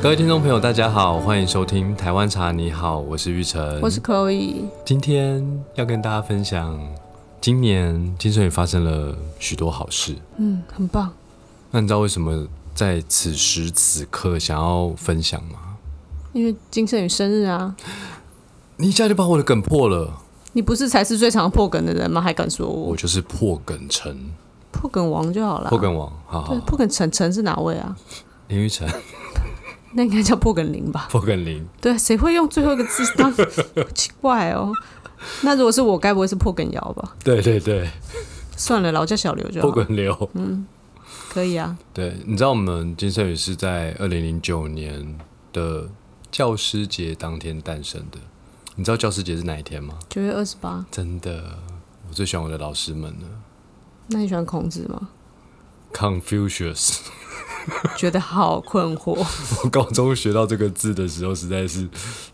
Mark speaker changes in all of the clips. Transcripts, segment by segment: Speaker 1: 各位听众朋友，大家好，欢迎收听《台湾茶》，你好，我是玉成，
Speaker 2: 我是 Chloe。
Speaker 1: 今天要跟大家分享，今年金顺也发生了许多好事。
Speaker 2: 嗯，很棒。
Speaker 1: 那你知道为什么在此时此刻想要分享吗？
Speaker 2: 因为金圣宇生日啊，
Speaker 1: 你一下就把我的梗破了，
Speaker 2: 你不是才是最常破梗的人吗？还敢说我
Speaker 1: 我就是破梗城，
Speaker 2: 破梗王就好了？
Speaker 1: 破梗王，好好
Speaker 2: 对，，破梗陈陈是哪位啊？
Speaker 1: 林玉成，
Speaker 2: 那应该叫破梗林吧？
Speaker 1: 破梗林，
Speaker 2: 对，谁会用最后一个字 当奇怪哦？那如果是我，该不会是破梗瑶吧？
Speaker 1: 对对对，
Speaker 2: 啊算了啦，我叫小刘就
Speaker 1: 破
Speaker 2: 好，
Speaker 1: 梗流。
Speaker 2: 嗯可以啊。
Speaker 1: 对，你知道我们金圣宇是在二零零九年的教师节当天诞生的。你知道教师节是哪一天吗？
Speaker 2: 九月二十八，
Speaker 1: 真的，我最喜欢我的老师们了。
Speaker 2: 那你喜欢孔子吗？
Speaker 1: Confucius，
Speaker 2: 觉得好困惑。
Speaker 1: 我高中学到这个字的时候，实在是，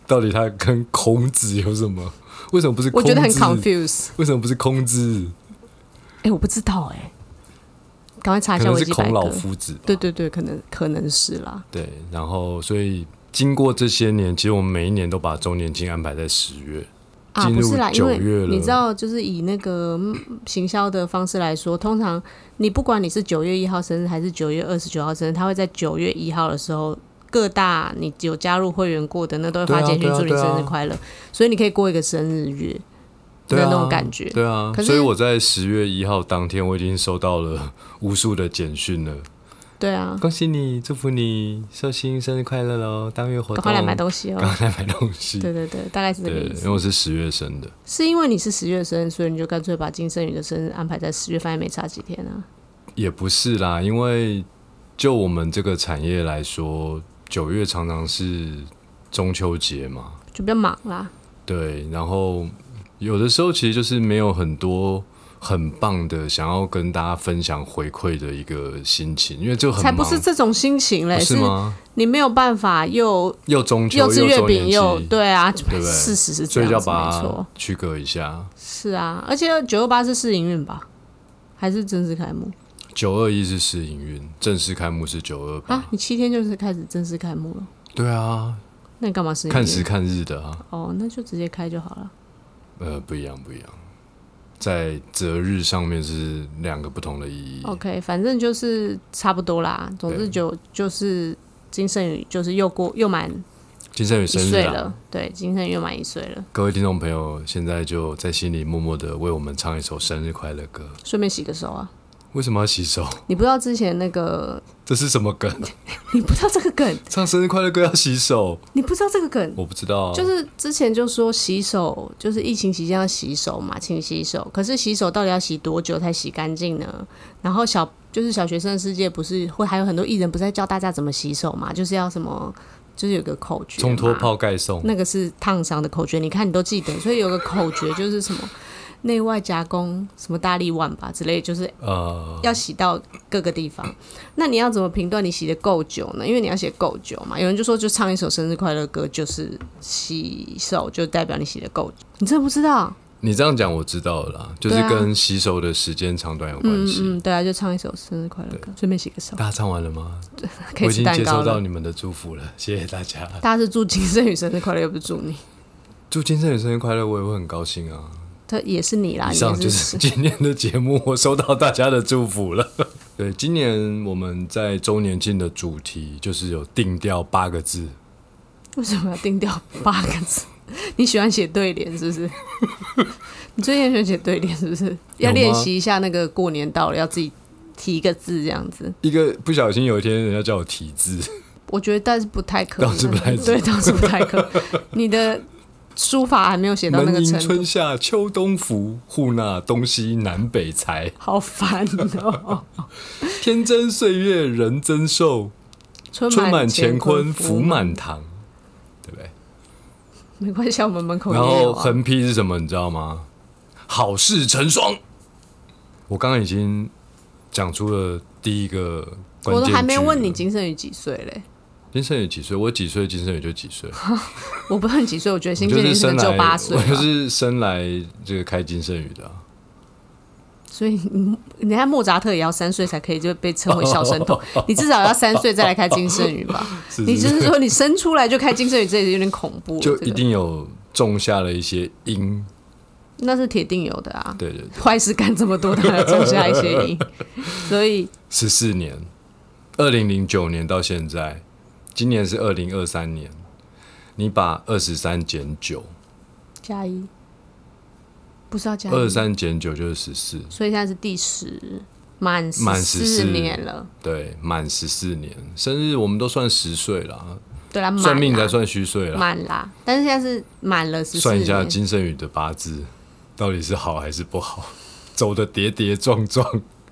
Speaker 1: 到底他跟孔子有什么？为什么不是
Speaker 2: 我
Speaker 1: 孔子？
Speaker 2: 觉得很 confuse。
Speaker 1: 为什么不是孔子？
Speaker 2: 哎、我不知道哎、赶快查一
Speaker 1: 可
Speaker 2: 下
Speaker 1: 能
Speaker 2: 维
Speaker 1: 是
Speaker 2: 基百
Speaker 1: 孔老
Speaker 2: 科。
Speaker 1: 夫子吧。
Speaker 2: 对对对，可能可能是啦。
Speaker 1: 对，然后所以经过这些年，其实我们每一年都把周年庆安排在十月。
Speaker 2: 啊，
Speaker 1: 进
Speaker 2: 不
Speaker 1: 入
Speaker 2: 是啦，因
Speaker 1: 九
Speaker 2: 为
Speaker 1: 月了
Speaker 2: 你知道，就是以那个嗯行销的方式来说，通常你不管你是九月一号生日还是九月二十九号生日，他会在九月一号的时候，各大你有加入会员过的那都会发
Speaker 1: 对啊
Speaker 2: 简讯
Speaker 1: 对啊
Speaker 2: 祝你
Speaker 1: 对啊
Speaker 2: 生日快乐，所以你可以过一个生日月的那种感觉。
Speaker 1: 对啊，
Speaker 2: 可是
Speaker 1: 所以我在十月一号当天，我已经收到了无数的简讯了。
Speaker 2: 对啊，
Speaker 1: 恭喜你，祝福你，寿星生日快乐喽！当月活
Speaker 2: 赶
Speaker 1: 动，
Speaker 2: 快来买东西哦
Speaker 1: 赶。快来买东西。
Speaker 2: 对对对，大概是这个
Speaker 1: 对
Speaker 2: 意
Speaker 1: 因
Speaker 2: 思
Speaker 1: 为。我是十月生的，
Speaker 2: 是因为你是十月生，所以你就干脆把金生宇的生日安排在十月，反正没差几天啊。
Speaker 1: 也不是啦，因为就我们这个产业来说，九月常常是中秋节嘛，
Speaker 2: 就比较忙啦，
Speaker 1: 对，然后有的时候其实就是没有很多很棒的想要跟大家分享回馈的一个心情，因为就很
Speaker 2: 才
Speaker 1: 忙，
Speaker 2: 不是这种心情嘞，
Speaker 1: 不是
Speaker 2: 是
Speaker 1: 吗？
Speaker 2: 你没有办法又
Speaker 1: 又中秋
Speaker 2: 又吃月
Speaker 1: 周
Speaker 2: 饼
Speaker 1: 年
Speaker 2: 又
Speaker 1: 庆，
Speaker 2: 对啊，
Speaker 1: 不对
Speaker 2: 事实是这
Speaker 1: 所以就
Speaker 2: 样
Speaker 1: 要
Speaker 2: 子，
Speaker 1: 把
Speaker 2: 没
Speaker 1: 它
Speaker 2: 错，
Speaker 1: 区隔一下。
Speaker 2: 是啊，而且九六八是试营运吧，还是正式开幕
Speaker 1: 九二一是试营运，正式开幕是九二八
Speaker 2: 啊？。你七天就是开始正式开幕了，
Speaker 1: 对啊，
Speaker 2: 那你干嘛试营运？
Speaker 1: 看时看日的啊，
Speaker 2: 哦，那就直接开就好了。
Speaker 1: 呃，不一样不一样，在择日上面是两个不同的意义。
Speaker 2: OK，反正就是差不多啦。总之
Speaker 1: 嗯对
Speaker 2: 就就是金圣宇就是又过又满
Speaker 1: 金圣宇
Speaker 2: 一
Speaker 1: 生日
Speaker 2: 岁
Speaker 1: 啊，
Speaker 2: 了，对，金圣宇又满一岁了，
Speaker 1: 各位听众朋友，现在就在心里默默的为我们唱一首生日快乐歌。
Speaker 2: 顺便洗个手啊。
Speaker 1: 为什么要洗手？
Speaker 2: 你不知道之前那个，
Speaker 1: 这是什么梗？
Speaker 2: 你不知道这个梗，
Speaker 1: 唱生日快乐歌要洗手？
Speaker 2: 你不知道这个梗，
Speaker 1: 我不知道啊，
Speaker 2: 就是之前就说洗手，就是疫情期间要洗手嘛，勤洗手。可是洗手到底要洗多久才洗干净呢？然后小就是小学生的世界不是会还有很多艺人不是在教大家怎么洗手嘛？就是要什么，就是有个口诀嘛，
Speaker 1: 冲脱泡盖送。
Speaker 2: 那个是烫伤的口诀，你看你都记得，所以有个口诀就是什么内外夹攻什么大力丸吧之类，就是
Speaker 1: 呃，
Speaker 2: 要洗到各个地方。那你要怎么评断你洗的够久呢？因为你要写够久嘛。有人就说，就唱一首生日快乐歌，就是洗手，就代表你洗的够久。你真的不知道？
Speaker 1: 你这样讲我知道了啦，就是
Speaker 2: 对啊
Speaker 1: 跟洗手的时间长短有关
Speaker 2: 嗯
Speaker 1: 系。
Speaker 2: 嗯，对啊，就唱一首生日快乐歌，顺便洗个手，
Speaker 1: 大家唱完了吗？
Speaker 2: 可
Speaker 1: 我已
Speaker 2: 以吃
Speaker 1: 经
Speaker 2: 蛋
Speaker 1: 接
Speaker 2: 糕
Speaker 1: 收到
Speaker 2: 了。
Speaker 1: 你们的祝福了，谢谢大家。
Speaker 2: 大家是祝金圣宇生日快乐，又不是祝你，
Speaker 1: 祝金圣宇生日快乐，我也会很高兴啊。
Speaker 2: 他也是你啦，
Speaker 1: 以
Speaker 2: 你
Speaker 1: 上
Speaker 2: 啊也
Speaker 1: 就是 今天的节目，我收到大家的祝福了。 对，今年我们在周年庆的主题就是有定掉八个字，
Speaker 2: 为什么要定掉八个字？ 你喜欢写对联是不 是？你最近很喜欢写对联是不是？要
Speaker 1: 有吗
Speaker 2: 练习一下那个过年到了，要自己提一个字这样子。
Speaker 1: 一个不小心有一天人家叫我提字，
Speaker 2: 我觉得但是不太可能，
Speaker 1: 倒是不太
Speaker 2: 对，倒是不太可能。 你的书法还没有写到那
Speaker 1: 门
Speaker 2: 个
Speaker 1: 迎
Speaker 2: 程度，
Speaker 1: 春夏秋冬服，户纳东西南北财，
Speaker 2: 好烦哦。
Speaker 1: 天真岁月人增寿，
Speaker 2: 春
Speaker 1: 春满乾
Speaker 2: 乾
Speaker 1: 坤福
Speaker 2: 福，
Speaker 1: 满堂，对不对？
Speaker 2: 没关系啊，我们门口
Speaker 1: 然
Speaker 2: 也有
Speaker 1: 后
Speaker 2: 啊。
Speaker 1: 横批是什么？你知道吗？好事成双。我刚刚已经讲出了第一个关键
Speaker 2: 我都
Speaker 1: 句了
Speaker 2: 还没问你金圣宇几岁嘞，
Speaker 1: 金圣宇几岁？我几岁，金圣宇就几岁。
Speaker 2: 我不知道你几岁，我觉得
Speaker 1: 我
Speaker 2: 金
Speaker 1: 就
Speaker 2: 圣宇
Speaker 1: 是
Speaker 2: 可
Speaker 1: 生
Speaker 2: 能只有
Speaker 1: 来，
Speaker 2: 八岁
Speaker 1: 我
Speaker 2: 吧，
Speaker 1: 就是生来这个开金圣宇的啊、
Speaker 2: 所以嗯人家莫扎特也要三岁才可以就被称为小神童， 你至少要三岁再来开金圣宇吧？
Speaker 1: 是
Speaker 2: 你
Speaker 1: 是，
Speaker 2: 就是是说你生出来就开金圣宇，这也有点恐怖了。
Speaker 1: 就
Speaker 2: 这
Speaker 1: 一
Speaker 2: 个
Speaker 1: 定有种下了一些因，
Speaker 2: 那是铁定有的啊。
Speaker 1: 对对对，
Speaker 2: 坏事干这么多，当然种下一些 因。所以
Speaker 1: 十四年，二零零九年到现在，今年是二零二三年，你把二十三减九，
Speaker 2: 加一，不是要加
Speaker 1: 二
Speaker 2: 一
Speaker 1: 十，三减九就是十四，
Speaker 2: 所以现在是第十，满
Speaker 1: 满
Speaker 2: 四
Speaker 1: 14
Speaker 2: 年了。
Speaker 1: 对，满十四年，生日我们都算十岁啦，
Speaker 2: 对啦，满
Speaker 1: 算命才
Speaker 2: 啦
Speaker 1: 算虚岁啦。
Speaker 2: 满啦，但是现在是满了十四
Speaker 1: 算一下
Speaker 2: 年。
Speaker 1: 金圣宇的八字到底是好还是不好，走的跌跌撞撞，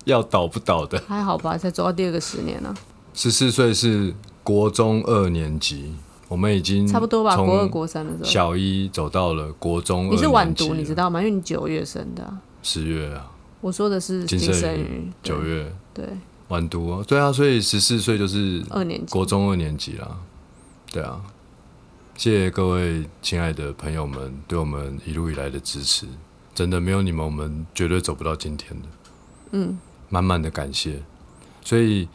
Speaker 1: 要倒不倒的。
Speaker 2: 还好吧，才走到第二个十年啊呢、
Speaker 1: 十四岁是国中二年级，我们已经
Speaker 2: 差不多吧，
Speaker 1: 嗯从
Speaker 2: 国二、国三的时候。
Speaker 1: 小一走到了国中二
Speaker 2: 你
Speaker 1: 年级
Speaker 2: 是
Speaker 1: 了，
Speaker 2: 晚读，你知道吗？因为你九月生的啊、
Speaker 1: 十月啊，
Speaker 2: 我说的是
Speaker 1: 金
Speaker 2: 金
Speaker 1: 圣
Speaker 2: 生
Speaker 1: 宇
Speaker 2: 宇，
Speaker 1: 九
Speaker 2: 对
Speaker 1: 月
Speaker 2: 对
Speaker 1: 晚读啊，对啊，所以十四岁就是
Speaker 2: 二年级。
Speaker 1: 国中二年级啦，对啊，谢谢各位亲爱的朋友们对我们一路以来的支持，真的没有你们，我们绝对走不到今天的。嗯，满满的感谢，所以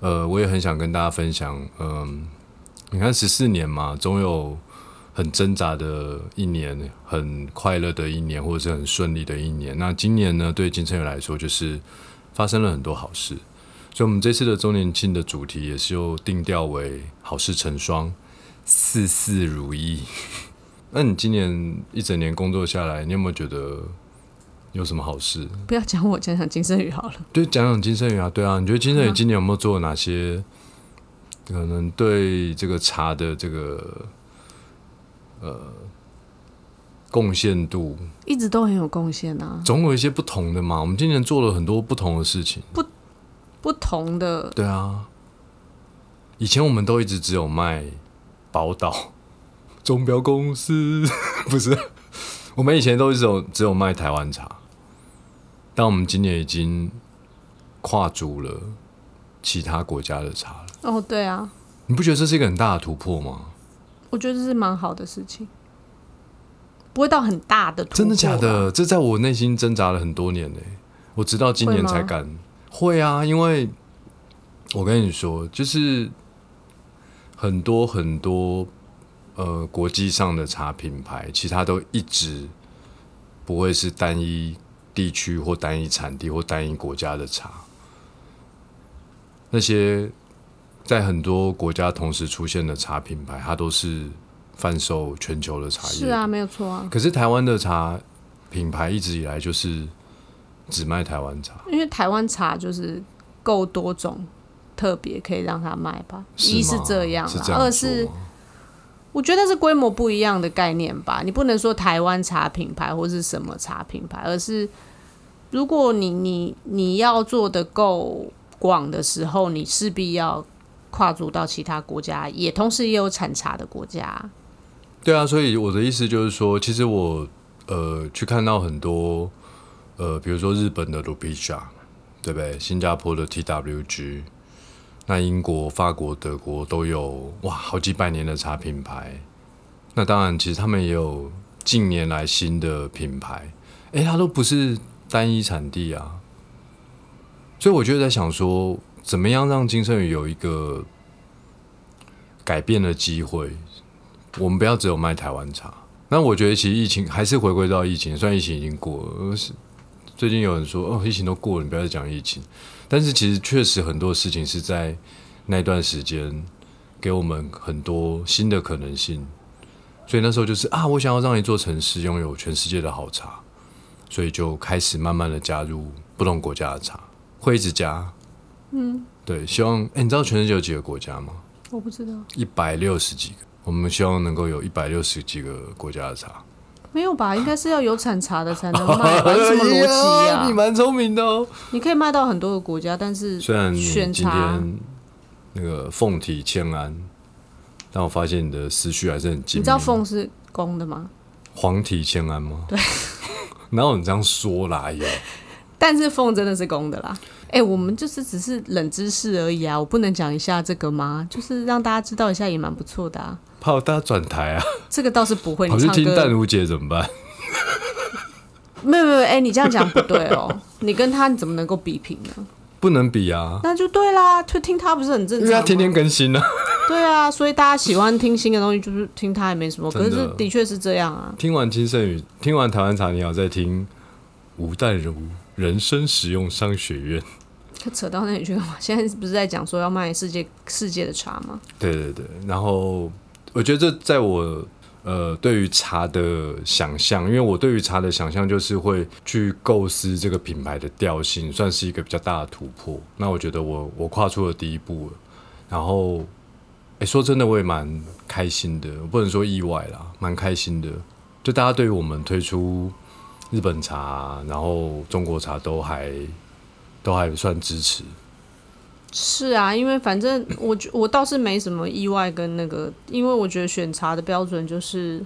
Speaker 1: 呃，我也很想跟大家分享，嗯、你看十四年嘛，总有很挣扎的一年，很快乐的一年，或者是很顺利的一年。那今年呢，对金城宇来说，就是发生了很多好事。所以，我们这次的周年庆的主题也是又定调为“好事成双，事事如意” 那你今年一整年工作下来，你有没有觉得有什么好事？
Speaker 2: 不要讲我，讲讲金生宇好了。
Speaker 1: 就讲讲金圣宇啊，对啊，你觉得金圣宇今年有没有做哪些可能对这个茶的这个呃贡献度，
Speaker 2: 一直都很有贡献啊，
Speaker 1: 总有一些不同的嘛？我们今年做了很多不同的事情。
Speaker 2: 不同的
Speaker 1: 对啊，以前我们都一直只有卖宝岛 钟表公司， 不是？我们以前都只有只有卖台湾茶，但我们今年已经跨足了其他国家的茶了。
Speaker 2: 哦，对啊，
Speaker 1: 你不觉得这是一个很大的突破吗？
Speaker 2: 我觉得这是蛮好的事情，不会到很大的突破，啊
Speaker 1: 真的假？的？这在我内心挣扎了很多年呢、我直到今年才敢。会啊，因为我跟你说，就是很多很多呃国际上的茶品牌，其他都一直不会是单一地区或单一产地或单一国家的茶。那些在很多国家同时出现的茶品牌，它都是贩售全球的茶叶。
Speaker 2: 是啊，没有错啊，
Speaker 1: 可是台湾的茶品牌一直以来就是只卖台湾茶，
Speaker 2: 因为台湾茶就是够多种特别可以让它卖吧，一
Speaker 1: 是
Speaker 2: 是
Speaker 1: 吗
Speaker 2: 这样
Speaker 1: 是
Speaker 2: 啦，
Speaker 1: 这样
Speaker 2: 二
Speaker 1: 说
Speaker 2: 是
Speaker 1: 吗
Speaker 2: 我觉得是规模不一样的概念吧。你不能说台湾茶品牌或是什么茶品牌，而是如果你你你要做的够广的时候，你势必要跨足到其他国家，也同时也有产茶的国家。
Speaker 1: 对啊，所以我的意思就是说，其实我呃去看到很多呃，比如说日本的 Lupita，对不对？新加坡的 TWG，那英国、法国、德国都有哇，好几百年的茶品牌。那当然，其实他们也有近年来新的品牌，诶，它都不是单一产地啊。所以我就在想说，怎么样让金圣宇有一个改变的机会？我们不要只有卖台湾茶。那我觉得其实疫情还是回归到疫情，虽然疫情已经过了，呃是最近有人说哦，疫情都过了，你不要再讲疫情。但是其实确实很多事情是在那段时间给我们很多新的可能性。所以那时候就是啊，我想要让一座城市拥有全世界的好茶，所以就开始慢慢的加入不同国家的茶，会一直加。嗯，对，希望哎，你知道全世界有几个国家吗？
Speaker 2: 我不知道，
Speaker 1: 一百六十几个，我们希望能够有一百六十几个国家的茶。
Speaker 2: 没有吧？应该是要有产茶的才能卖吧，这什么逻辑
Speaker 1: 哎呀哎你
Speaker 2: 啊？
Speaker 1: 蛮聪明的哦。
Speaker 2: 你可以卖到很多个国家，但是
Speaker 1: 虽然你今
Speaker 2: 选茶，
Speaker 1: 天那个凤体欠安，但我发现你的思绪还是很
Speaker 2: 你
Speaker 1: 精
Speaker 2: 知道
Speaker 1: 明。
Speaker 2: 凤是公的吗？
Speaker 1: 黄体欠安吗？对。 哪有你这样说啦？哎呀，
Speaker 2: 但是凤真的是公的啦。哎、我们就是只是冷知识而已啊，我不能讲一下这个吗？就是让大家知道一下也蛮不错的啊。
Speaker 1: 怕我大家转台啊，
Speaker 2: 这个倒是不会，
Speaker 1: 跑
Speaker 2: 你
Speaker 1: 去
Speaker 2: 唱
Speaker 1: 听淡
Speaker 2: 歌
Speaker 1: 如姐怎么办？
Speaker 2: 没有没有，哎、你这样讲不对哦， 你跟他你怎么能够比拼呢？
Speaker 1: 不能比啊，
Speaker 2: 那就对啦，就听他不是很正
Speaker 1: 因
Speaker 2: 常
Speaker 1: 为
Speaker 2: 吗？
Speaker 1: 它天天更新啊。
Speaker 2: 对啊，所以大家喜欢听新的东西，就是听他也没什么。可
Speaker 1: 真的
Speaker 2: 是的确是这样啊，
Speaker 1: 听完金圣宇，听完台湾茶，你好再听吴淡如人生实用商学院。
Speaker 2: 他扯到那里去干嘛？ 现在不是在讲说要卖世界世界的茶吗？
Speaker 1: 对对对，然后我觉得这在我呃对于茶的想象，因为我对于茶的想象就是会去构思这个品牌的调性，算是一个比较大的突破。那我觉得我我跨出了第一步了，然后。哎，说真的，我也蛮开心的，我不能说意外啦，蛮开心的。就大家对于我们推出日本茶，然后中国茶都还都还算支持，
Speaker 2: 是啊，因为反正我觉我倒是没什么意外跟那个，因为我觉得选茶的标准就是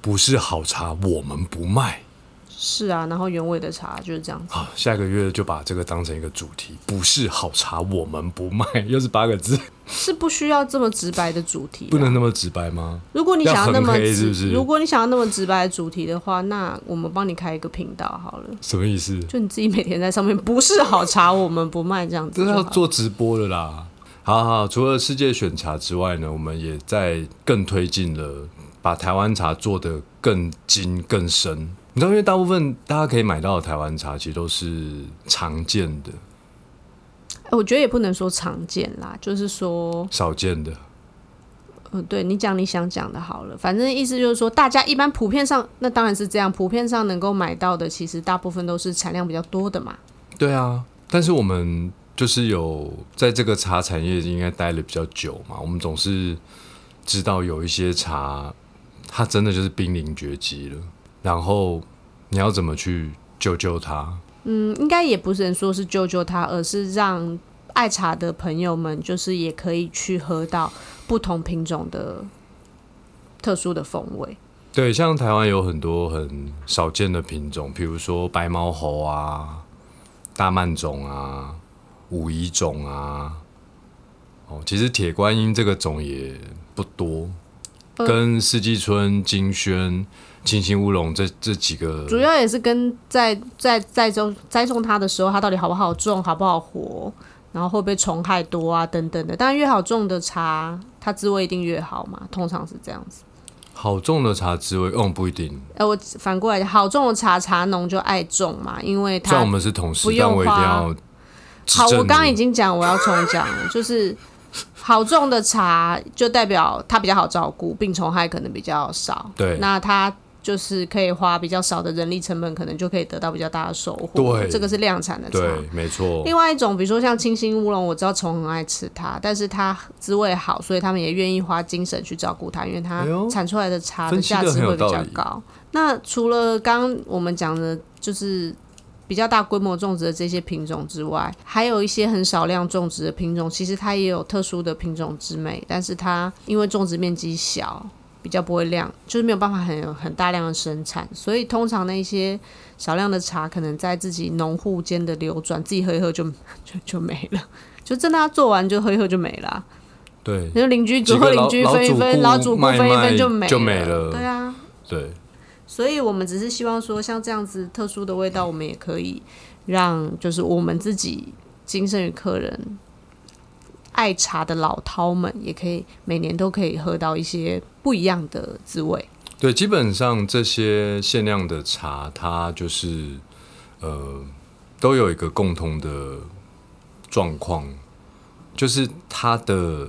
Speaker 1: 不是好茶我们不卖。
Speaker 2: 是啊，然后原味的茶就是这样子。
Speaker 1: 好，啊下个月就把这个当成一个主题，不是好茶我们不卖， 又是八个字，
Speaker 2: 是不需要这么直白的主题啊、
Speaker 1: 不能那么直白吗？
Speaker 2: 如果你想那么
Speaker 1: 要很黑
Speaker 2: 直，
Speaker 1: 是不是
Speaker 2: 如果你想要那么直白的主题的话，那我们帮你开一个频道好了，
Speaker 1: 什么意思？
Speaker 2: 就你自己每天在上面，不是好茶我们不卖这样子
Speaker 1: 这
Speaker 2: 就好
Speaker 1: 要
Speaker 2: 了。
Speaker 1: 啊做直播的啦。好好，除了世界选茶之外呢，我们也在更推进了，把台湾茶做得更精更深。你知道，因为大部分大家可以买到的台湾茶，其实都是常见的、
Speaker 2: 哎我觉得也不能说常见啦，就是说，
Speaker 1: 少见的。
Speaker 2: 嗯，对你讲你想讲的好了，反正意思就是说，大家一般普遍上，那当然是这样，普遍上能够买到的，其实大部分都是产量比较多的嘛。
Speaker 1: 对啊，但是我们就是有在这个茶产业应该待了比较久嘛，我们总是知道有一些茶，它真的就是濒临绝迹了，然后你要怎么去救救它？
Speaker 2: 嗯，应该也不是说是救救它，而是让爱茶的朋友们，就是也可以去喝到不同品种的特殊的风味。
Speaker 1: 对，像台湾有很多很少见的品种，比如说白毛猴啊、大曼种啊、武夷种啊。哦，其实铁观音这个种也不多，
Speaker 2: 呃
Speaker 1: 跟四季春、金萱、清新乌龙这这几个
Speaker 2: 主要也是跟在在栽种栽种它的时候，它到底好不好种，好不好活，然后会不会虫害多啊等等的。当然，越好种的茶，它滋味一定越好嘛，通常是这样子。
Speaker 1: 好种的茶滋味，嗯，不一定。
Speaker 2: 呃，我反过来，好种的茶，茶农就爱种嘛，因为
Speaker 1: 虽然
Speaker 2: 它
Speaker 1: 我们是同事
Speaker 2: 不，用
Speaker 1: 但我一定
Speaker 2: 花
Speaker 1: 要指
Speaker 2: 好，
Speaker 1: 正
Speaker 2: 我刚刚
Speaker 1: 你
Speaker 2: 已经讲，我要重讲了，就是 好种的茶就代表它比较好照顾，病虫害可能比较少。
Speaker 1: 对
Speaker 2: 那它就是可以花比较少的人力成本，可能就可以得到比较大的收获。
Speaker 1: 对
Speaker 2: 这个是量产的茶。
Speaker 1: 对，没错。
Speaker 2: 另外一种，比如说像清新乌龙，我知道虫很爱吃它，但是它滋味好，所以他们也愿意花精神去照顾它，因为它
Speaker 1: 哎呦
Speaker 2: 产出来的茶的
Speaker 1: 分析得
Speaker 2: 价值
Speaker 1: 很有
Speaker 2: 会比
Speaker 1: 道
Speaker 2: 较
Speaker 1: 理
Speaker 2: 高。那除了刚刚我们讲的，就是比较大规模种植的这些品种之外，还有一些很少量种植的品种，其实它也有特殊的品种之美，但是它因为种植面积小。比较不会量，就是没有办法很有很大量的生产，所以通常那一些少量的茶可能在自己农户间的流转， 自己喝一喝就就就没了，就真的要做完就喝一喝就没了啊。
Speaker 1: 对
Speaker 2: 然后邻居
Speaker 1: 几
Speaker 2: 左
Speaker 1: 个
Speaker 2: 右邻
Speaker 1: 老
Speaker 2: 居
Speaker 1: 老
Speaker 2: 分一
Speaker 1: 主
Speaker 2: 分，
Speaker 1: 顾
Speaker 2: 老主顾
Speaker 1: 卖
Speaker 2: 分一
Speaker 1: 卖
Speaker 2: 分就没
Speaker 1: 就没了
Speaker 2: 对啊，
Speaker 1: 对，
Speaker 2: 所以我们只是希望说，像这样子特殊的味道，我们也可以让就是我们自己金圣宇客人爱茶的老饕们，也可以每年都可以喝到一些不一样的滋味。
Speaker 1: 对，基本上这些限量的茶，它就是呃，都有一个共同的状况，就是它的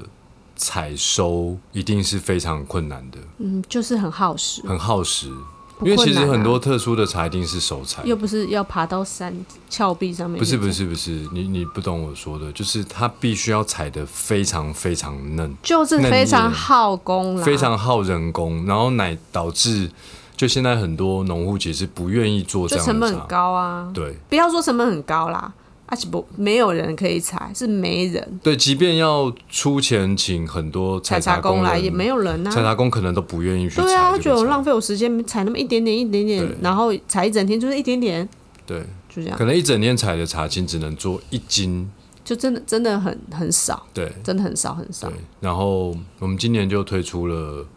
Speaker 1: 采收一定是非常困难的，
Speaker 2: 嗯，就是很耗时，
Speaker 1: 很耗时。
Speaker 2: 很
Speaker 1: 因为其
Speaker 2: 困
Speaker 1: 实
Speaker 2: 难啊
Speaker 1: 很多特殊的茶一定是手采，
Speaker 2: 又不是要爬到山峭壁上面，
Speaker 1: 不是不，是不是，你你不懂我说的，就是它必须要采的非常非常嫩，
Speaker 2: 就是非常耗工啦，
Speaker 1: 非常耗人工，然后乃导致就现在很多农户其实不愿意做这
Speaker 2: 就
Speaker 1: 样的茶，
Speaker 2: 成本很高啊。
Speaker 1: 对。
Speaker 2: 不要说成本很高啦，而且不没有人可以采，是没人
Speaker 1: 对，即便要出钱请很多
Speaker 2: 采
Speaker 1: 采
Speaker 2: 茶
Speaker 1: 工
Speaker 2: 工来，
Speaker 1: 人
Speaker 2: 也没有人
Speaker 1: 采
Speaker 2: 啊。
Speaker 1: 茶工可能都不愿意去采这个
Speaker 2: 对
Speaker 1: 茶。
Speaker 2: 啊，他觉得我浪费我时间，采那么一点点一点点
Speaker 1: 对，
Speaker 2: 然后采一整天就是一点点，
Speaker 1: 对，
Speaker 2: 就这样
Speaker 1: 可，能一整天采的茶青只能做一斤。
Speaker 2: 就真的真的很很少，
Speaker 1: 对
Speaker 2: 真的很少很少
Speaker 1: 对。，然后我们今年就推出了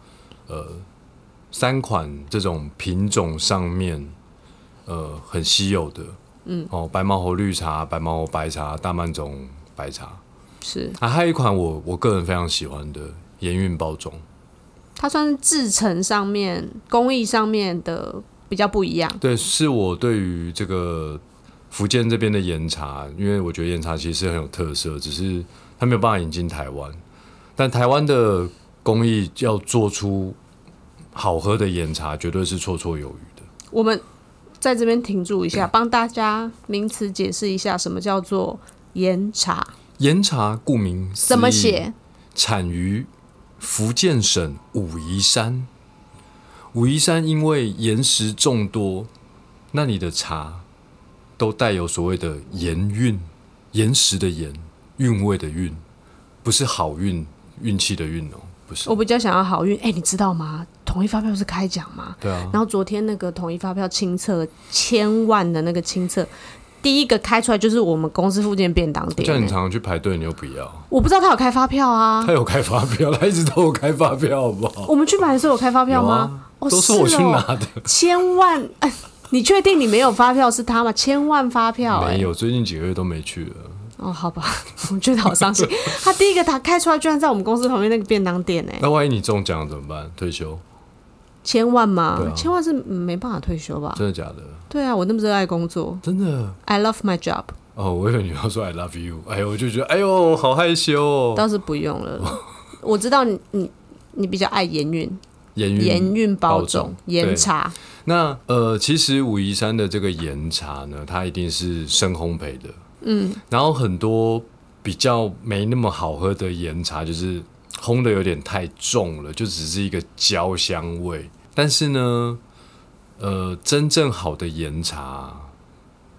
Speaker 1: 呃三款这种品种上面呃很稀有的，嗯，哦，白毛猴绿茶、白毛猴白茶、大曼种白茶
Speaker 2: 是
Speaker 1: 啊，还有一款我我个人非常喜欢的盐运包种，
Speaker 2: 它算是制成上面、工艺上面的比较不一样。
Speaker 1: 对，是我对于这个福建这边的岩茶，因为我觉得岩茶其实很有特色，只是它没有办法引进台湾。但台湾的工艺要做出好喝的岩茶，绝对是绰绰有余的。
Speaker 2: 我们在这边停住一 下，帮大家名词解释一下什么叫做岩茶，
Speaker 1: 岩茶顾名思义
Speaker 2: 怎么？写？
Speaker 1: 产于福建省武夷山。武夷山因为岩石众多，那里的茶都带有所谓的盐韵，岩石的盐，韵味的韵，不是好运运气的运哦，不是。
Speaker 2: 我比较想要好运。哎、你知道吗？统一发票是开奖吗？
Speaker 1: 对啊，
Speaker 2: 然后昨天那个统一发票清册千万的那个清册，第一个开出来就是我们公司附近的便当店、
Speaker 1: 叫你常常去排队，你又不要。
Speaker 2: 我不知道他有开发票啊
Speaker 1: 他。有开发票，他一直都有开发票，好不好？
Speaker 2: 我们去买的时候有开发票
Speaker 1: 有
Speaker 2: 吗？
Speaker 1: 啊，
Speaker 2: 哦，
Speaker 1: 都是我去
Speaker 2: 哦
Speaker 1: 拿的。
Speaker 2: 千万， 哎你确定你没有发票是他吗？千万发票、哎
Speaker 1: 没有，最近几个月都没去了。
Speaker 2: 哦，好吧， 我觉得好 伤心。他第一个打开出来，居然在我们公司旁边那个便当店、哎，
Speaker 1: 那万一你中奖怎么办？退休？
Speaker 2: 千万嘛，
Speaker 1: 对啊
Speaker 2: 千万是嗯没办法退休吧？
Speaker 1: 真的假的？
Speaker 2: 对啊，我那么热爱工作
Speaker 1: 真的。
Speaker 2: ，I love my job，
Speaker 1: 哦，我以为你要说 I love you，哎呦，我就觉得哎呦，好害羞哦。
Speaker 2: 倒是不用了。我知道你你你比较爱盐运，
Speaker 1: 盐运
Speaker 2: 盐运包种
Speaker 1: 包种，
Speaker 2: 盐
Speaker 1: 对
Speaker 2: 茶
Speaker 1: 那呃，其实武夷山的这个盐茶呢，它一定是深烘焙的，嗯，然后很多比较没那么好喝的盐茶，就是烘的有点太重了，就只是一个焦香味。但是呢，呃，真正好的盐茶，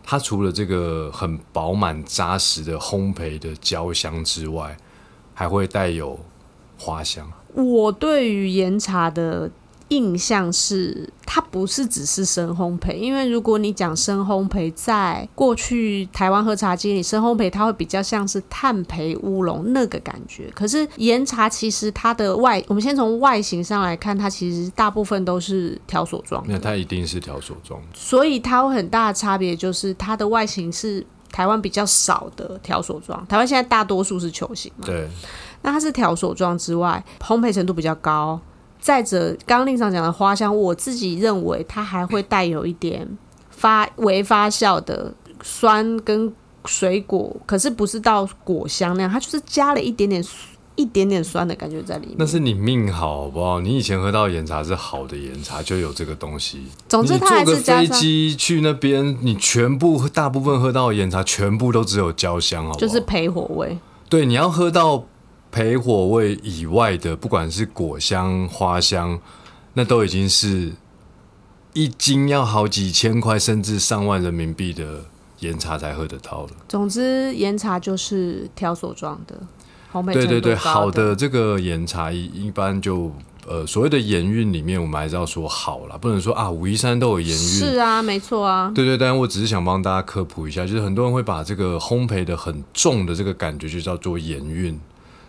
Speaker 1: 它除了这个很饱满扎实的烘焙的焦香之外，还会带有花香。
Speaker 2: 我对于岩茶的印象是，它不是只是深烘焙，因为如果你讲深烘焙，在过去台湾喝茶机里，深烘焙它会比较像是炭焙乌龙那个感觉。可是岩茶其实它的外，我们先从外形上来看，它其实大部分都是条索状的
Speaker 1: 那它一定是条索状的，
Speaker 2: 所以它有很大的差别，就是它的外形是台湾比较少的条索状，台湾现在大多数是球形嘛。
Speaker 1: 对，
Speaker 2: 那它是条索状之外，烘焙程度比较高。再者，刚令上讲的花香，我自己认为它还会带有一点发微发酵的酸跟水果，可是不是到果香那样，它就是加了一点点一点点酸的感觉在里
Speaker 1: 那
Speaker 2: 面。
Speaker 1: 是你命好，好不好？你以前喝到的岩茶是好的岩茶，就有这个东西。
Speaker 2: 总之，
Speaker 1: 你
Speaker 2: 它还
Speaker 1: 坐个
Speaker 2: 是加
Speaker 1: 飞
Speaker 2: 上
Speaker 1: 机去那边，你全部大部分喝到的岩茶，全部都只有焦香，好不好？
Speaker 2: 就是焙火味。
Speaker 1: 对，你要喝到焙火味以外的，不管是果香、花香，那都已经是一斤要好几千块，甚至上万人民币的岩茶才喝得到了。
Speaker 2: 总之，岩茶就是条索状的烘焙程度高
Speaker 1: 对对对，好
Speaker 2: 的
Speaker 1: 的这个岩茶一一般就呃所谓的盐运里面，我们还是要说好啦，不能说啊武夷山都有盐运。
Speaker 2: 是啊，没错啊。
Speaker 1: 对对，但我只是想帮大家科普一下，就是很多人会把这个烘焙的很重的这个感觉就叫做盐运。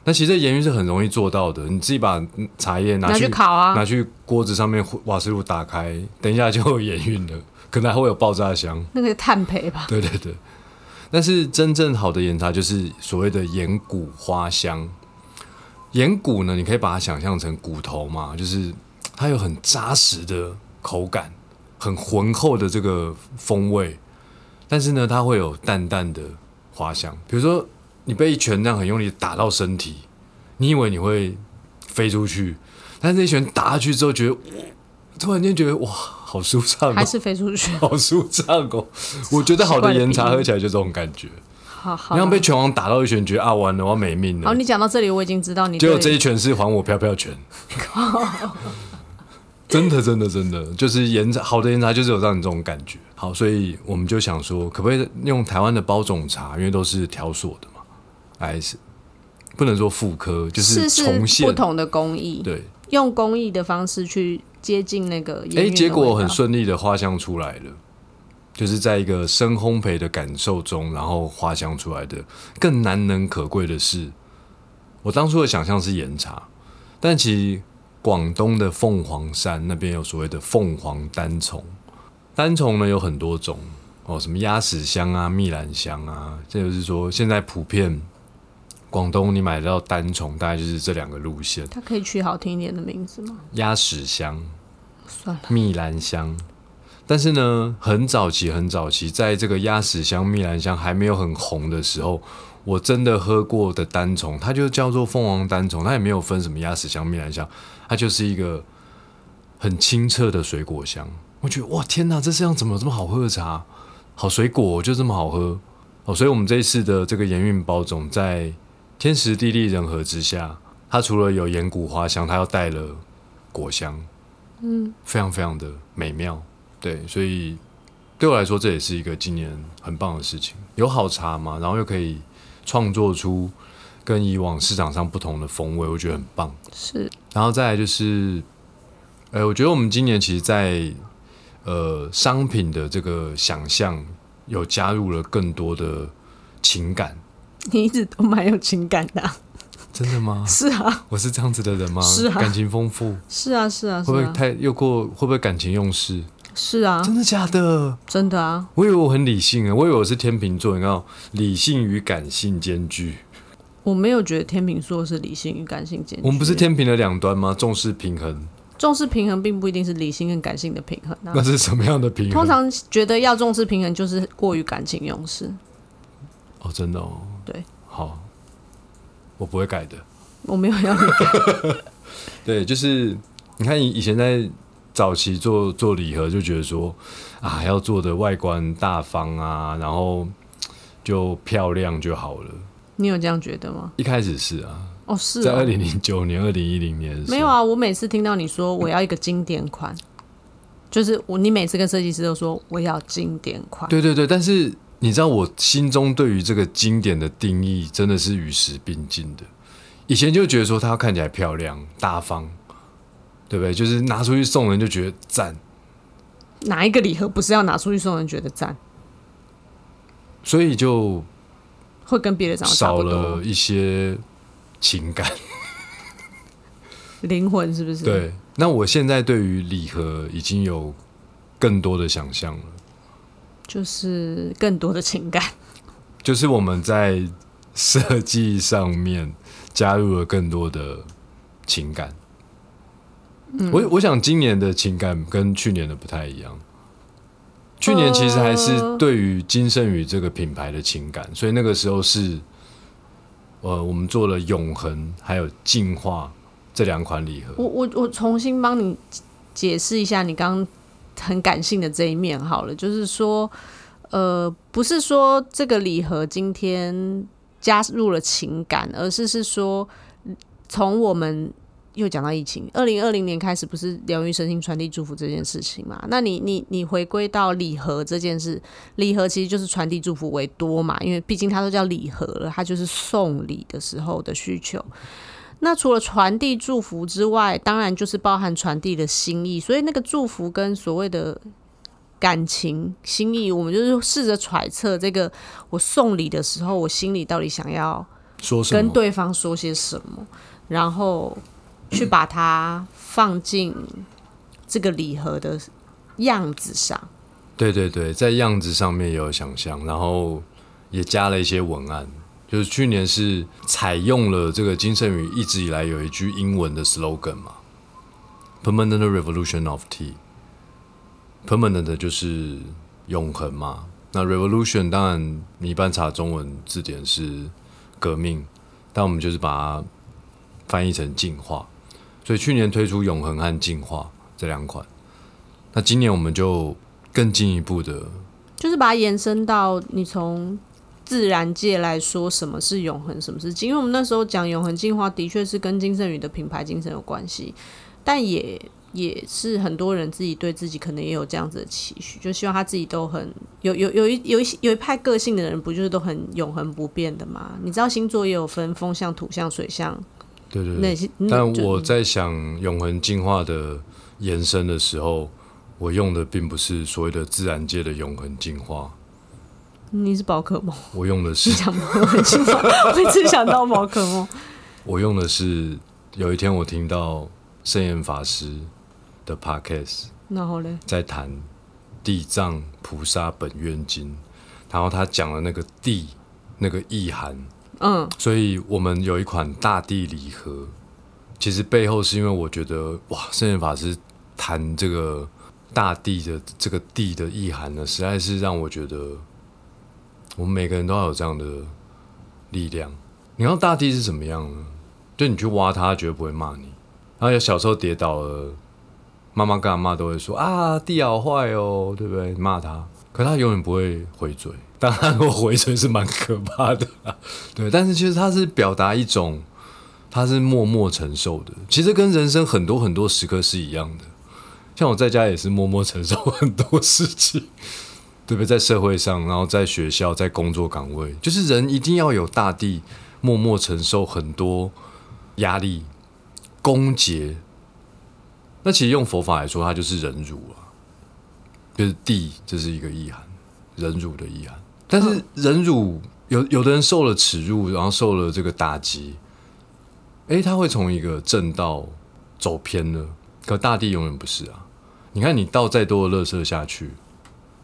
Speaker 1: 那其实这盐运是很容易做到的，你自己把嗯茶叶拿
Speaker 2: 拿
Speaker 1: 去
Speaker 2: 去烤啊
Speaker 1: 拿去锅子上面瓦斯炉打开，等一下就有盐运了，可能还会有爆炸香。
Speaker 2: 那个炭焙吧，
Speaker 1: 对对 对，但是真正好的岩茶就是所谓的岩骨花香。岩骨呢，你可以把它想象成骨头嘛，就是它有很扎实的口感，很浑厚的这个风味，但是呢，它会有淡淡的花香。比如说，你被一拳这样很用力地打到身体，你以为你会飞出去，但是那一拳打下去之后，觉得突然间觉得哇，好舒畅、哦，
Speaker 2: 还是飞出去？
Speaker 1: 好舒畅哦！ 我觉得好的岩茶
Speaker 2: 奇怪的比喻
Speaker 1: 喝起来就这种感觉。
Speaker 2: 好好
Speaker 1: 你
Speaker 2: 啦。
Speaker 1: 像被拳王打到一拳，觉得啊完了，我要没命
Speaker 2: 好，
Speaker 1: 了。
Speaker 2: 你讲到这里，我已经知道你
Speaker 1: 结
Speaker 2: 对
Speaker 1: 果这一拳是还我飘飘 拳。真的，真的，真的，就是岩茶，好的岩茶就是有让你这种感觉。好，所以我们就想说，可不可以用台湾的包种茶，因为都是条索的嘛，还是不能说复刻，就是重
Speaker 2: 是
Speaker 1: 现。
Speaker 2: 不同的工艺，
Speaker 1: 对，
Speaker 2: 用工艺的方式去接近那个盐
Speaker 1: 哎、
Speaker 2: 韵的味道。
Speaker 1: 结果很顺利的花香出来了，就是在一个深烘焙的感受中，然后花香出来的。更难能可贵的是，我当初的想象是岩茶，但其实广东的凤凰山那边有所谓的凤凰单丛，单丛呢有很多种哦，什么鸭屎香啊、蜜兰香啊，这就是说现在普遍广东你买得到单丛，大概就是这两个路线：
Speaker 2: 它可以取好听一点的名字吗？
Speaker 1: 鸭屎香、
Speaker 2: 算了，
Speaker 1: 蜜兰香。但是呢，很早期、很早期，在这个鸭屎香、蜜兰香还没有很红的时候，我真的喝过的单丛，它就叫做凤凰单丛，它也没有分什么鸭屎香、蜜兰香，它就是一个很清澈的水果香。我觉得哇，天哪，这世上怎么有这么好喝的茶？好水果就这么好喝哦！所以，我们这一次的这个盐运包总在天时地利人和之下，它除了有盐谷花香，它又带了果香，嗯，非常非常的美妙。对，所以对我来说，这也是一个今年很棒的事情。有好茶嘛，然后又可以创作出跟以往市场上不同的风味，我觉得很棒。
Speaker 2: 是
Speaker 1: 然后再来就是，呃，我觉得我们今年其实在呃商品的这个想象有加入了更多的情感。
Speaker 2: 你一直都蛮有情感的啊、
Speaker 1: 真的吗？
Speaker 2: 是啊，
Speaker 1: 我是这样子的人吗？
Speaker 2: 是啊
Speaker 1: 感情丰富，
Speaker 2: 是啊，是啊，
Speaker 1: 会不
Speaker 2: 是
Speaker 1: 会
Speaker 2: 啊，
Speaker 1: 太又过？会不会感情用事？
Speaker 2: 是啊，
Speaker 1: 真的假的？
Speaker 2: 真的啊，
Speaker 1: 我以为我很理性啊，我以为我是天秤座，你看哦，理性与感性兼具。
Speaker 2: 我没有觉得天秤座是理性与感性兼具。
Speaker 1: 我们不是天平的两端吗？重视平衡，
Speaker 2: 重视平衡，并不一定是理性跟感性的平衡啊
Speaker 1: 那。是什么样的平衡？
Speaker 2: 通常觉得要重视平衡，就是过于感情用事。
Speaker 1: 哦，真的哦，
Speaker 2: 对，
Speaker 1: 好，我不会改的。
Speaker 2: 我没有要 你
Speaker 1: 对，就是你看以以前在早期做做礼盒，就觉得说啊，要做的外观大方啊，然后就漂亮就好了。
Speaker 2: 你有这样觉得吗？
Speaker 1: 一开始是啊，
Speaker 2: 哦，是
Speaker 1: 在
Speaker 2: 哦
Speaker 1: 二零零九年、二零一零年的时候
Speaker 2: 没有啊。我每次听到你说我要一个经典款，就是我，你每次跟设计师都说我要经典款。
Speaker 1: 对对对，但是你知道我心中对于这个经典的定义真的是与时并进的。以前就觉得说它要看起来漂亮、大方，对不对？就是拿出去送人就觉得赞，
Speaker 2: 哪一个礼盒不是要拿出去送人觉得赞，
Speaker 1: 所以就
Speaker 2: 会跟别的长得差
Speaker 1: 少
Speaker 2: 不
Speaker 1: 了
Speaker 2: 多？
Speaker 1: 一些情感。
Speaker 2: 灵魂是不是？，
Speaker 1: 对，那我现在对于礼盒已经有更多的想象了，
Speaker 2: 就是更多的情感。
Speaker 1: 就是我们在设计上面加入了更多的情感。我我想今年的情感跟去年的不太一样。去年其实还是
Speaker 2: 呃
Speaker 1: 对于金圣宇这个品牌的情感，所以那个时候是，呃，我们做了永恒还有进化这两款礼盒。
Speaker 2: 我我我重新帮你解释一下你刚刚很感性的这一面好了，就是说，呃，不是说这个礼盒今天加入了情感，而是是说从我们。又讲到疫情，二零二零年开始不是疗愈身心、传递祝福这件事情嘛？那你你你回归到礼盒这件事，礼盒其实就是传递祝福为多嘛，因为毕竟它都叫礼盒了，它就是送礼的时候的需求。那除了传递祝福之外，当然就是包含传递的心意，所以那个祝福跟所谓的感情、心意，我们就是试着揣测这个我送礼的时候，我心里到底想要
Speaker 1: 说什
Speaker 2: 跟
Speaker 1: 么？
Speaker 2: 对方说些什么，然后去把它放进这个礼盒的样子上。
Speaker 1: 对对对，在样子上面也有想象，然后也加了一些文案。就是去年是采用了这个金圣宇一直以来有一句英文的 slogan 嘛，permanent revolution of tea，permanent 就是永恒嘛，那 revolution 当然你一般查中文字典是革命，但我们就是把它翻译成进化，所以去年推出永恒和进化这两款，那今年我们就更进一步的
Speaker 2: 就是把它延伸到你从自然界来说，什么是永恒，什么是进，因为我们那时候讲永恒进化，的确是跟金圣宇的品牌精神有关系，但也也是很多人自己对自己可能也有这样子的期许，就希望他自己都很有有有一有一些有一派个性的人，不就是都很永恒不变的吗？你知道星座也有分风象、土象、水象
Speaker 1: 对对
Speaker 2: 那
Speaker 1: 对。
Speaker 2: 些，
Speaker 1: 但
Speaker 2: 嗯就
Speaker 1: 我在想永恒进化的延伸的时候，我用的并不是所谓的自然界的永恒进化，
Speaker 2: 你是宝可梦，
Speaker 1: 我用的
Speaker 2: 你
Speaker 1: 是
Speaker 2: 讲宝可梦进化，我一直想到宝可梦。
Speaker 1: 我用的是有一天我听到圣严法师的 podcast
Speaker 2: 然后嘞，
Speaker 1: 在谈地藏菩萨本愿经》，然后他讲了那个地那个意涵，
Speaker 2: 嗯，
Speaker 1: 所以我们有一款大地礼盒，其实背后是因为我觉得哇，圣严法师谈这个大地的这个地的意涵呢，实在是让我觉得我们每个人都要有这样的力量。你知道大地是怎么样呢？就你去挖它，它绝对不会骂你。然后有小时候跌倒了，妈妈跟阿妈都会说啊，地好坏哦，对不对？你骂他，可他永远不会回嘴。当然，我回嘴是蛮可怕的、 啊，对。但是其实他是表达一种，他是默默承受的。其实跟人生很多很多时刻是一样的。像我在家也是默默承受很多事情，对不对？在社会上，然后在学校，在工作岗位，就是人一定要有大地默默承受很多压力、攻讦。那其实用佛法来说，它就是忍辱啊，就是地，这是一个意涵，忍辱的意涵。但是忍辱，有有的人受了耻辱，然后受了这个打击，诶，他会从一个正道走偏了。可大地永远不是啊！你看，你倒再多的垃圾下去，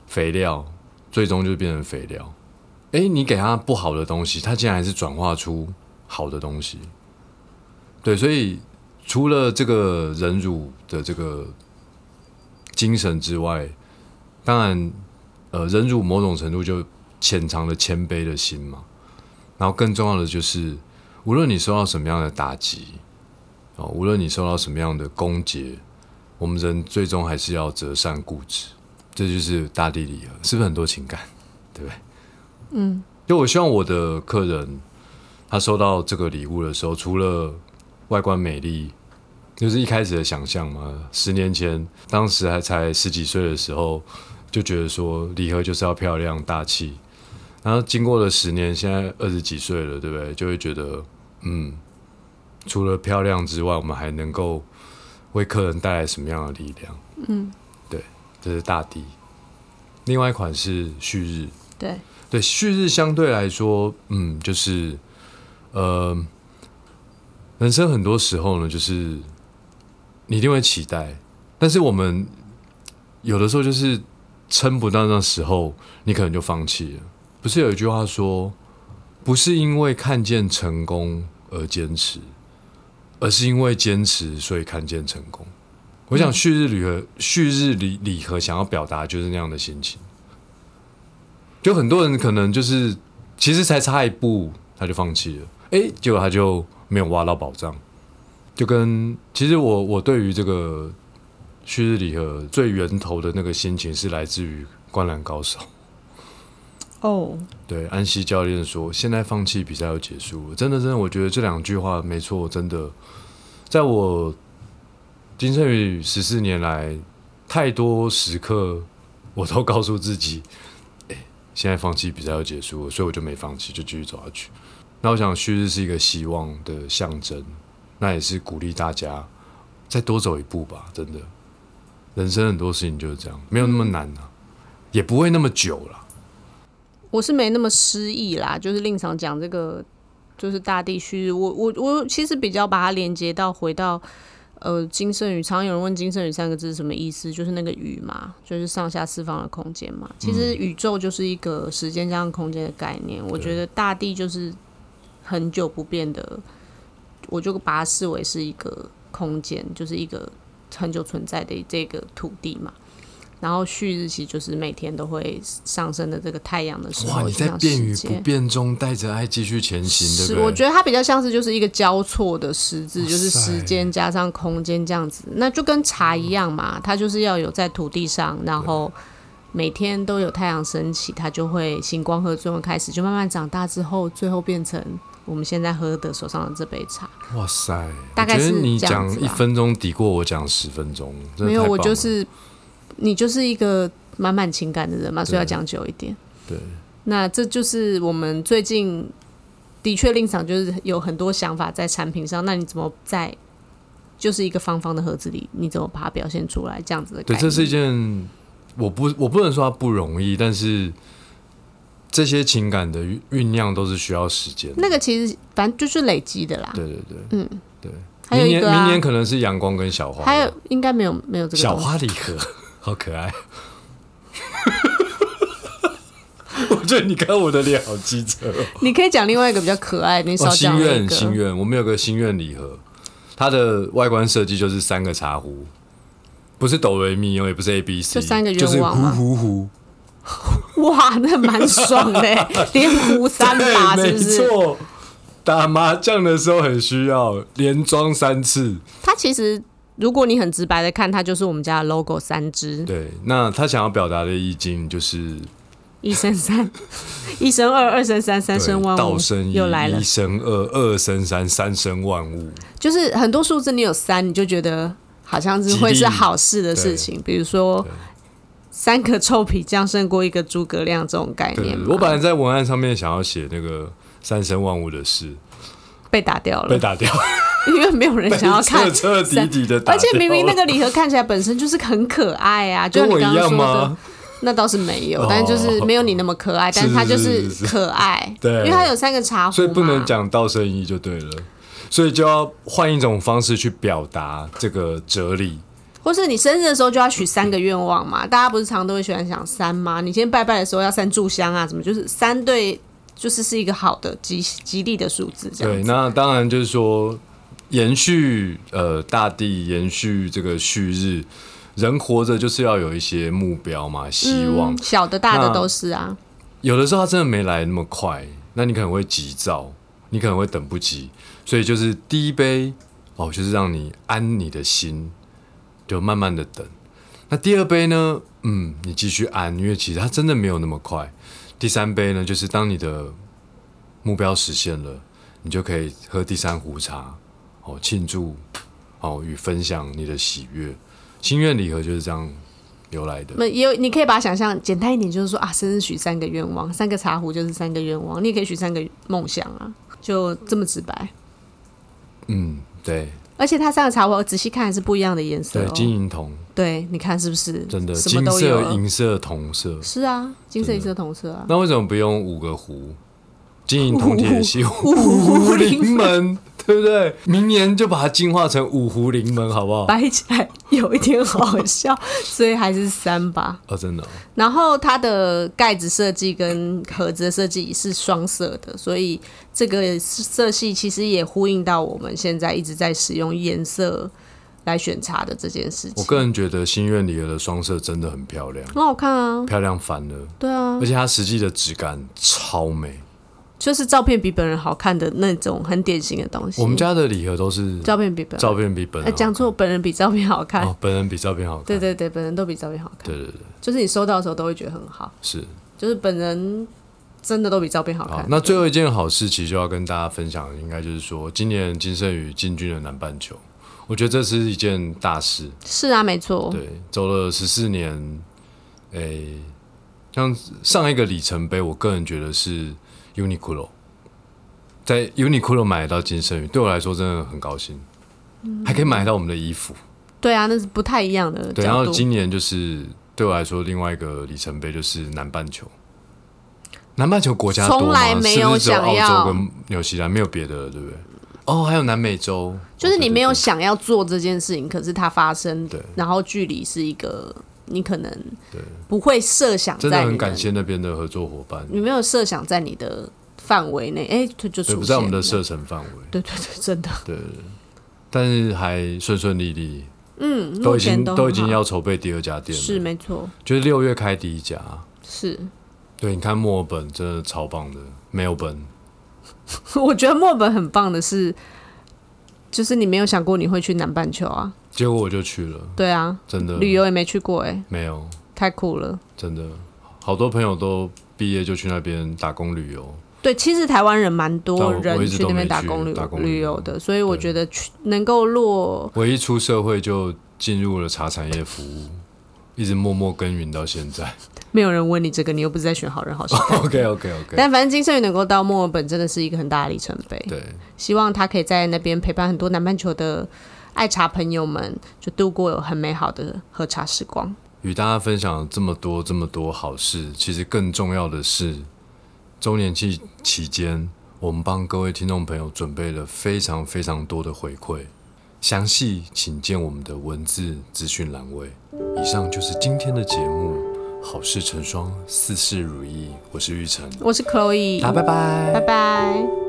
Speaker 1: 肥料最终就变成肥料。诶，你给他不好的东西，他竟然还是转化出好的东西。对，所以除了这个忍辱的这个精神之外，当然，呃，忍辱某种程度就潜藏了谦卑的心嘛。然后更重要的就是，无论你受到什么样的打击，哦，无论你受到什么样的攻击，我们人最终还是要择善固执，这就是大地理合，是不是很多情感？对不对？嗯，就我希望我的客人他收到这个礼物的时候，除了外观美丽，就是一开始的想象嘛。十年前，当时还才十几岁的时候，就觉得说礼盒就是要漂亮大气。然后经过了十年，现在二十几岁了，对不对？就会觉得，嗯，除了漂亮之外，我们还能够为客人带来什么样的力量？嗯，对，这是大地。另外一款是旭日，
Speaker 2: 对，
Speaker 1: 对，旭日相对来说，嗯，就是呃，人生很多时候呢，就是你一定会期待，但是我们有的时候就是撑不到那时候，你可能就放弃了。不是有一句话说，不是因为看见成功而坚持，而是因为坚持所以看见成功。我想旭日礼盒，旭日礼礼盒想要表达就是那样的心情。就很多人可能就是其实才差一步他就放弃了，诶，结果他就没有挖到宝藏。就跟其实我我对于这个旭日礼盒最源头的那个心情是来自于《灌篮高手》。
Speaker 2: 哦，
Speaker 1: 对，安西教练说，现在放弃比赛要结束了。真的，真的，我觉得这两句话没错，真的，在我金圣宇十四年来，太多时刻我都告诉自己，哎，现在放弃比赛要结束了，所以我就没放弃，就继续走下去。那我想旭日是一个希望的象征，那也是鼓励大家再多走一步吧，真的。人生很多事情就是这样，没有那么难啊，也不会那么久了。
Speaker 2: 我是没那么失意啦，就是令常讲这个，就是大地虚，我我我其实比较把它连接到回到。呃，金圣宇，常有人问金圣宇三个字是什么意思，就是那个宇嘛，就是上下四方的空间嘛。其实
Speaker 1: 嗯
Speaker 2: 宇宙就是一个时间加上空间的概念，我觉得大地就是很久不变的，我就把它视为是一个空间，就是一个很久存在的这个土地嘛。然后旭日期就是每天都会上升的这个太阳的时
Speaker 1: 哇，
Speaker 2: 候，
Speaker 1: 你在
Speaker 2: 就像
Speaker 1: 变与
Speaker 2: 世界
Speaker 1: 不变中带着爱继续前行，对
Speaker 2: 是，
Speaker 1: 不
Speaker 2: 我
Speaker 1: 对？
Speaker 2: 觉得它比较像是就是一个交错的十字，
Speaker 1: 哇
Speaker 2: 就是
Speaker 1: 塞
Speaker 2: 时间加上空间这样子，那就跟茶一样嘛，它就是要有在土地上，然后每天都有太阳升起，它就会星光合作用开始，就慢慢长大之后，最后变成我们现在喝的手上的这杯茶。
Speaker 1: 哇塞，
Speaker 2: 大概
Speaker 1: 我觉得
Speaker 2: 是
Speaker 1: 你
Speaker 2: 这样
Speaker 1: 讲
Speaker 2: 子吧
Speaker 1: 一分钟抵过我讲十分钟，真的
Speaker 2: 没有，
Speaker 1: 太
Speaker 2: 我
Speaker 1: 棒
Speaker 2: 就
Speaker 1: 了
Speaker 2: 是你就是一个满满情感的人嘛，所以要讲究一点。
Speaker 1: 对，
Speaker 2: 那这就是我们最近的确令赏就是有很多想法在产品上，那你怎么在就是一个方方的盒子里，你怎么把它表现出来？这样子的
Speaker 1: 对，
Speaker 2: 感
Speaker 1: 这
Speaker 2: 觉，
Speaker 1: 是一件我不我不能说它不容易，但是这些情感的酝酝酿都是需要时间的。
Speaker 2: 那个其实反正就是累积的啦。
Speaker 1: 对对对，
Speaker 2: 还有
Speaker 1: 明
Speaker 2: 一
Speaker 1: 年
Speaker 2: 个、
Speaker 1: 明
Speaker 2: 啊
Speaker 1: 年，可能是阳光跟小花，
Speaker 2: 还有应该没有没有这个
Speaker 1: 小
Speaker 2: 东西
Speaker 1: 花礼盒，好可爱。我觉得你看我的脸好机车哦。
Speaker 2: 你可以讲另外一个比较可爱，你
Speaker 1: 哦，
Speaker 2: 少
Speaker 1: 心
Speaker 2: 讲了一
Speaker 1: 愿
Speaker 2: 个。
Speaker 1: 心愿，我们有个心愿礼盒，它的外观设计就是三个茶壶，不是哆瑞咪，也不是 A B C，
Speaker 2: 就三个愿
Speaker 1: 就是
Speaker 2: 望吗啊
Speaker 1: 呼呼呼，
Speaker 2: 哇，那蛮爽的欸， 连胡三把是
Speaker 1: 哎对，没
Speaker 2: 不是？
Speaker 1: 错。打麻将的时候很需要，连装三次。
Speaker 2: 它其实如果你很直白的看，它就是我们家的 logo 三只，
Speaker 1: 对，那他想要表达的意境就是
Speaker 2: 一生三， 一生二，二生三，三
Speaker 1: 对
Speaker 2: 生万物
Speaker 1: 道生，一，
Speaker 2: 又来了
Speaker 1: 一，生二，二生三，三生万物。
Speaker 2: 就是很多数字你有三，你就觉得好像是
Speaker 1: 吉利
Speaker 2: 会是好事的事情，比如说
Speaker 1: 对。
Speaker 2: 三个臭皮匠胜过一个诸葛亮这种概
Speaker 1: 对
Speaker 2: 念嘛，，
Speaker 1: 我本来在文案上面想要写那个三生万物的事，
Speaker 2: 被打掉
Speaker 1: 被
Speaker 2: 了，
Speaker 1: 打掉，
Speaker 2: 因为没有人想要看
Speaker 1: 彻 彻底底的打
Speaker 2: 而
Speaker 1: 掉了。
Speaker 2: 且明明那个礼盒看起来本身就是很可爱啊，就
Speaker 1: 跟
Speaker 2: 像
Speaker 1: 我
Speaker 2: 你
Speaker 1: 一
Speaker 2: 刚刚
Speaker 1: 样
Speaker 2: 说的
Speaker 1: 吗，？哦
Speaker 2: 那倒是没有，但就是没有你那么可爱，但是它就是可爱，
Speaker 1: 是是是
Speaker 2: 因为它有三个茶壶嘛，
Speaker 1: 所以不能讲道生一就对了，所以就要换一种方式去表达这个哲理。
Speaker 2: 或是你生日的时候就要许三个愿望嘛，大家不是常都会喜欢想三吗？你今天拜拜的时候要三炷香啊，什么就是三对，就是是一个好的吉吉利的数字这
Speaker 1: 对，
Speaker 2: 样子。
Speaker 1: 那当然就是说，延续呃大地，延续这个旭日，人活着就是要有一些目标嘛，希望。
Speaker 2: 嗯小的大的
Speaker 1: 那
Speaker 2: 都是啊，
Speaker 1: 有的时候他真的没来那么快，那你可能会急躁，你可能会等不及，所以就是第一杯哦，就是让你安你的心，就慢慢的等。那第二杯呢，嗯，你继续安，因为其实它真的没有那么快。第三杯呢，就是当你的目标实现了，你就可以喝第三壶茶，哦，庆祝，哦，与分享你的喜悦。心愿礼盒就是这样由来的。
Speaker 2: 那也有你可以把它想象简单一点，就是说啊，生日许三个愿望，三个茶壶就是三个愿望，你也可以许三个梦想啊，就这么直白。
Speaker 1: 嗯，对
Speaker 2: 而且它三个茶壶我仔细看还是不一样的颜色、
Speaker 1: 对
Speaker 2: 哦，，
Speaker 1: 金银铜。
Speaker 2: 对，你看是不是？
Speaker 1: 真的，
Speaker 2: 什么
Speaker 1: 金
Speaker 2: 都有啊
Speaker 1: 色、
Speaker 2: 了。
Speaker 1: 银色、铜色，
Speaker 2: 是啊，金色、银色、同色 啊。
Speaker 1: 那为什么不用五个壶？金银 铜铁锡，五
Speaker 2: 壶
Speaker 1: 湖
Speaker 2: 临
Speaker 1: 临门， 对不对？明年就把它进化成五湖临门，好不好？
Speaker 2: 掰起来有一点好笑，所以还是三吧。
Speaker 1: 哦，真的哦、
Speaker 2: 然后它的盖子设计跟盒子的设计是双色的，所以这个色系其实也呼应到我们现在一直在使用颜色来选茶的这件事
Speaker 1: 我
Speaker 2: 情。
Speaker 1: 个人觉得心愿礼盒的双色真的很漂亮，
Speaker 2: 很好看啊，
Speaker 1: 漂亮翻了，
Speaker 2: 对啊
Speaker 1: 而，且它实际的质感超美。
Speaker 2: 就是照片比本人好看的那种很典型的东西。
Speaker 1: 我们家的礼盒都是
Speaker 2: 照片比本人，
Speaker 1: 照片比本
Speaker 2: 哎，
Speaker 1: 人好
Speaker 2: 讲错，本人比照片好看。
Speaker 1: 哦，本人比照片好看。
Speaker 2: 对对对，本人都比照片好看，
Speaker 1: 对对对，
Speaker 2: 就是你收到的时候都会觉得很好，
Speaker 1: 是。
Speaker 2: 就是本人真的都比照片好
Speaker 1: 好
Speaker 2: 看，。
Speaker 1: 哦那最后一件好事，其实就要跟大家分享，应该就是说，今年金圣宇进军了南半球，我觉得这是一件大事。
Speaker 2: 是啊，没错，
Speaker 1: 对，走了十四年，诶、像上一个里程碑，我个人觉得是 Uniqlo，在 Uniqlo 买得到金圣宇，对我来说真的很高兴，还可以买到我们的衣服。
Speaker 2: 对啊，那是不太一样的
Speaker 1: 对，然
Speaker 2: 角
Speaker 1: 后
Speaker 2: 度。
Speaker 1: 今年就是对我来说另外一个里程碑就是南半球。南半球国家多吗
Speaker 2: 从来没有
Speaker 1: 是不是只有
Speaker 2: 想要
Speaker 1: 澳洲跟纽西兰没有别的了，对不对？哦，还有南美洲，
Speaker 2: 就是你没有
Speaker 1: 哦
Speaker 2: 想要做这件事情，可是它发生
Speaker 1: 对，
Speaker 2: 然后距离是一个你可能不会设想
Speaker 1: 对对对真的
Speaker 2: 在你
Speaker 1: 很
Speaker 2: 的
Speaker 1: 感，谢那边的合作伙伴，
Speaker 2: 你没有设想在你的范围内，哎、就就出
Speaker 1: 对，
Speaker 2: 现
Speaker 1: 不在我们的
Speaker 2: 了
Speaker 1: 射程范围。
Speaker 2: 对对对，真的，
Speaker 1: 但是还顺顺利利，
Speaker 2: 嗯，
Speaker 1: 都
Speaker 2: 目
Speaker 1: 已
Speaker 2: 前
Speaker 1: 经都已
Speaker 2: 很
Speaker 1: 经
Speaker 2: 好
Speaker 1: 要筹备第二家店
Speaker 2: 是
Speaker 1: 了，
Speaker 2: 没错，
Speaker 1: 就是六月开第一家。
Speaker 2: 是。
Speaker 1: 对，你看墨尔本真的超棒的，没有本
Speaker 2: 我觉得墨尔本很棒的是，就是你没有想过你会去南半球啊，
Speaker 1: 结果我就去了，
Speaker 2: 对啊，
Speaker 1: 真的
Speaker 2: 旅游也没去过、哎，
Speaker 1: 没有，
Speaker 2: 太酷了。
Speaker 1: 真的好多朋友都毕业就去那边打工旅游，
Speaker 2: 对，其实台湾人蛮多
Speaker 1: 但我我
Speaker 2: 人
Speaker 1: 一直
Speaker 2: 去
Speaker 1: 都
Speaker 2: 那边
Speaker 1: 没
Speaker 2: 打
Speaker 1: 去
Speaker 2: 工旅
Speaker 1: 打工
Speaker 2: 旅
Speaker 1: 旅
Speaker 2: 游
Speaker 1: 游
Speaker 2: 的，所以我
Speaker 1: 对
Speaker 2: 觉得去能够落
Speaker 1: 我一出社会就进入了茶产业服务，一直默默耕耘到现在。
Speaker 2: 没有人问你这个，你又不是在选好人好事。
Speaker 1: OK OK OK，
Speaker 2: 但反正金圣宇能够到墨尔本，真的是一个很大的里程碑。
Speaker 1: 对，
Speaker 2: 希望他可以在那边陪伴很多南半球的爱茶朋友们，就度过很美好的喝茶时光。
Speaker 1: 与大家分享了这么多这么多好事，其实更重要的是，周年庆期间，我们帮各位听众朋友准备了非常非常多的回馈，详细请见我们的文字资讯栏位。以上就是今天的节目，好事成双，事事如意。我是玉成，
Speaker 2: 我是 Chloe，
Speaker 1: 大家拜拜，
Speaker 2: 拜拜。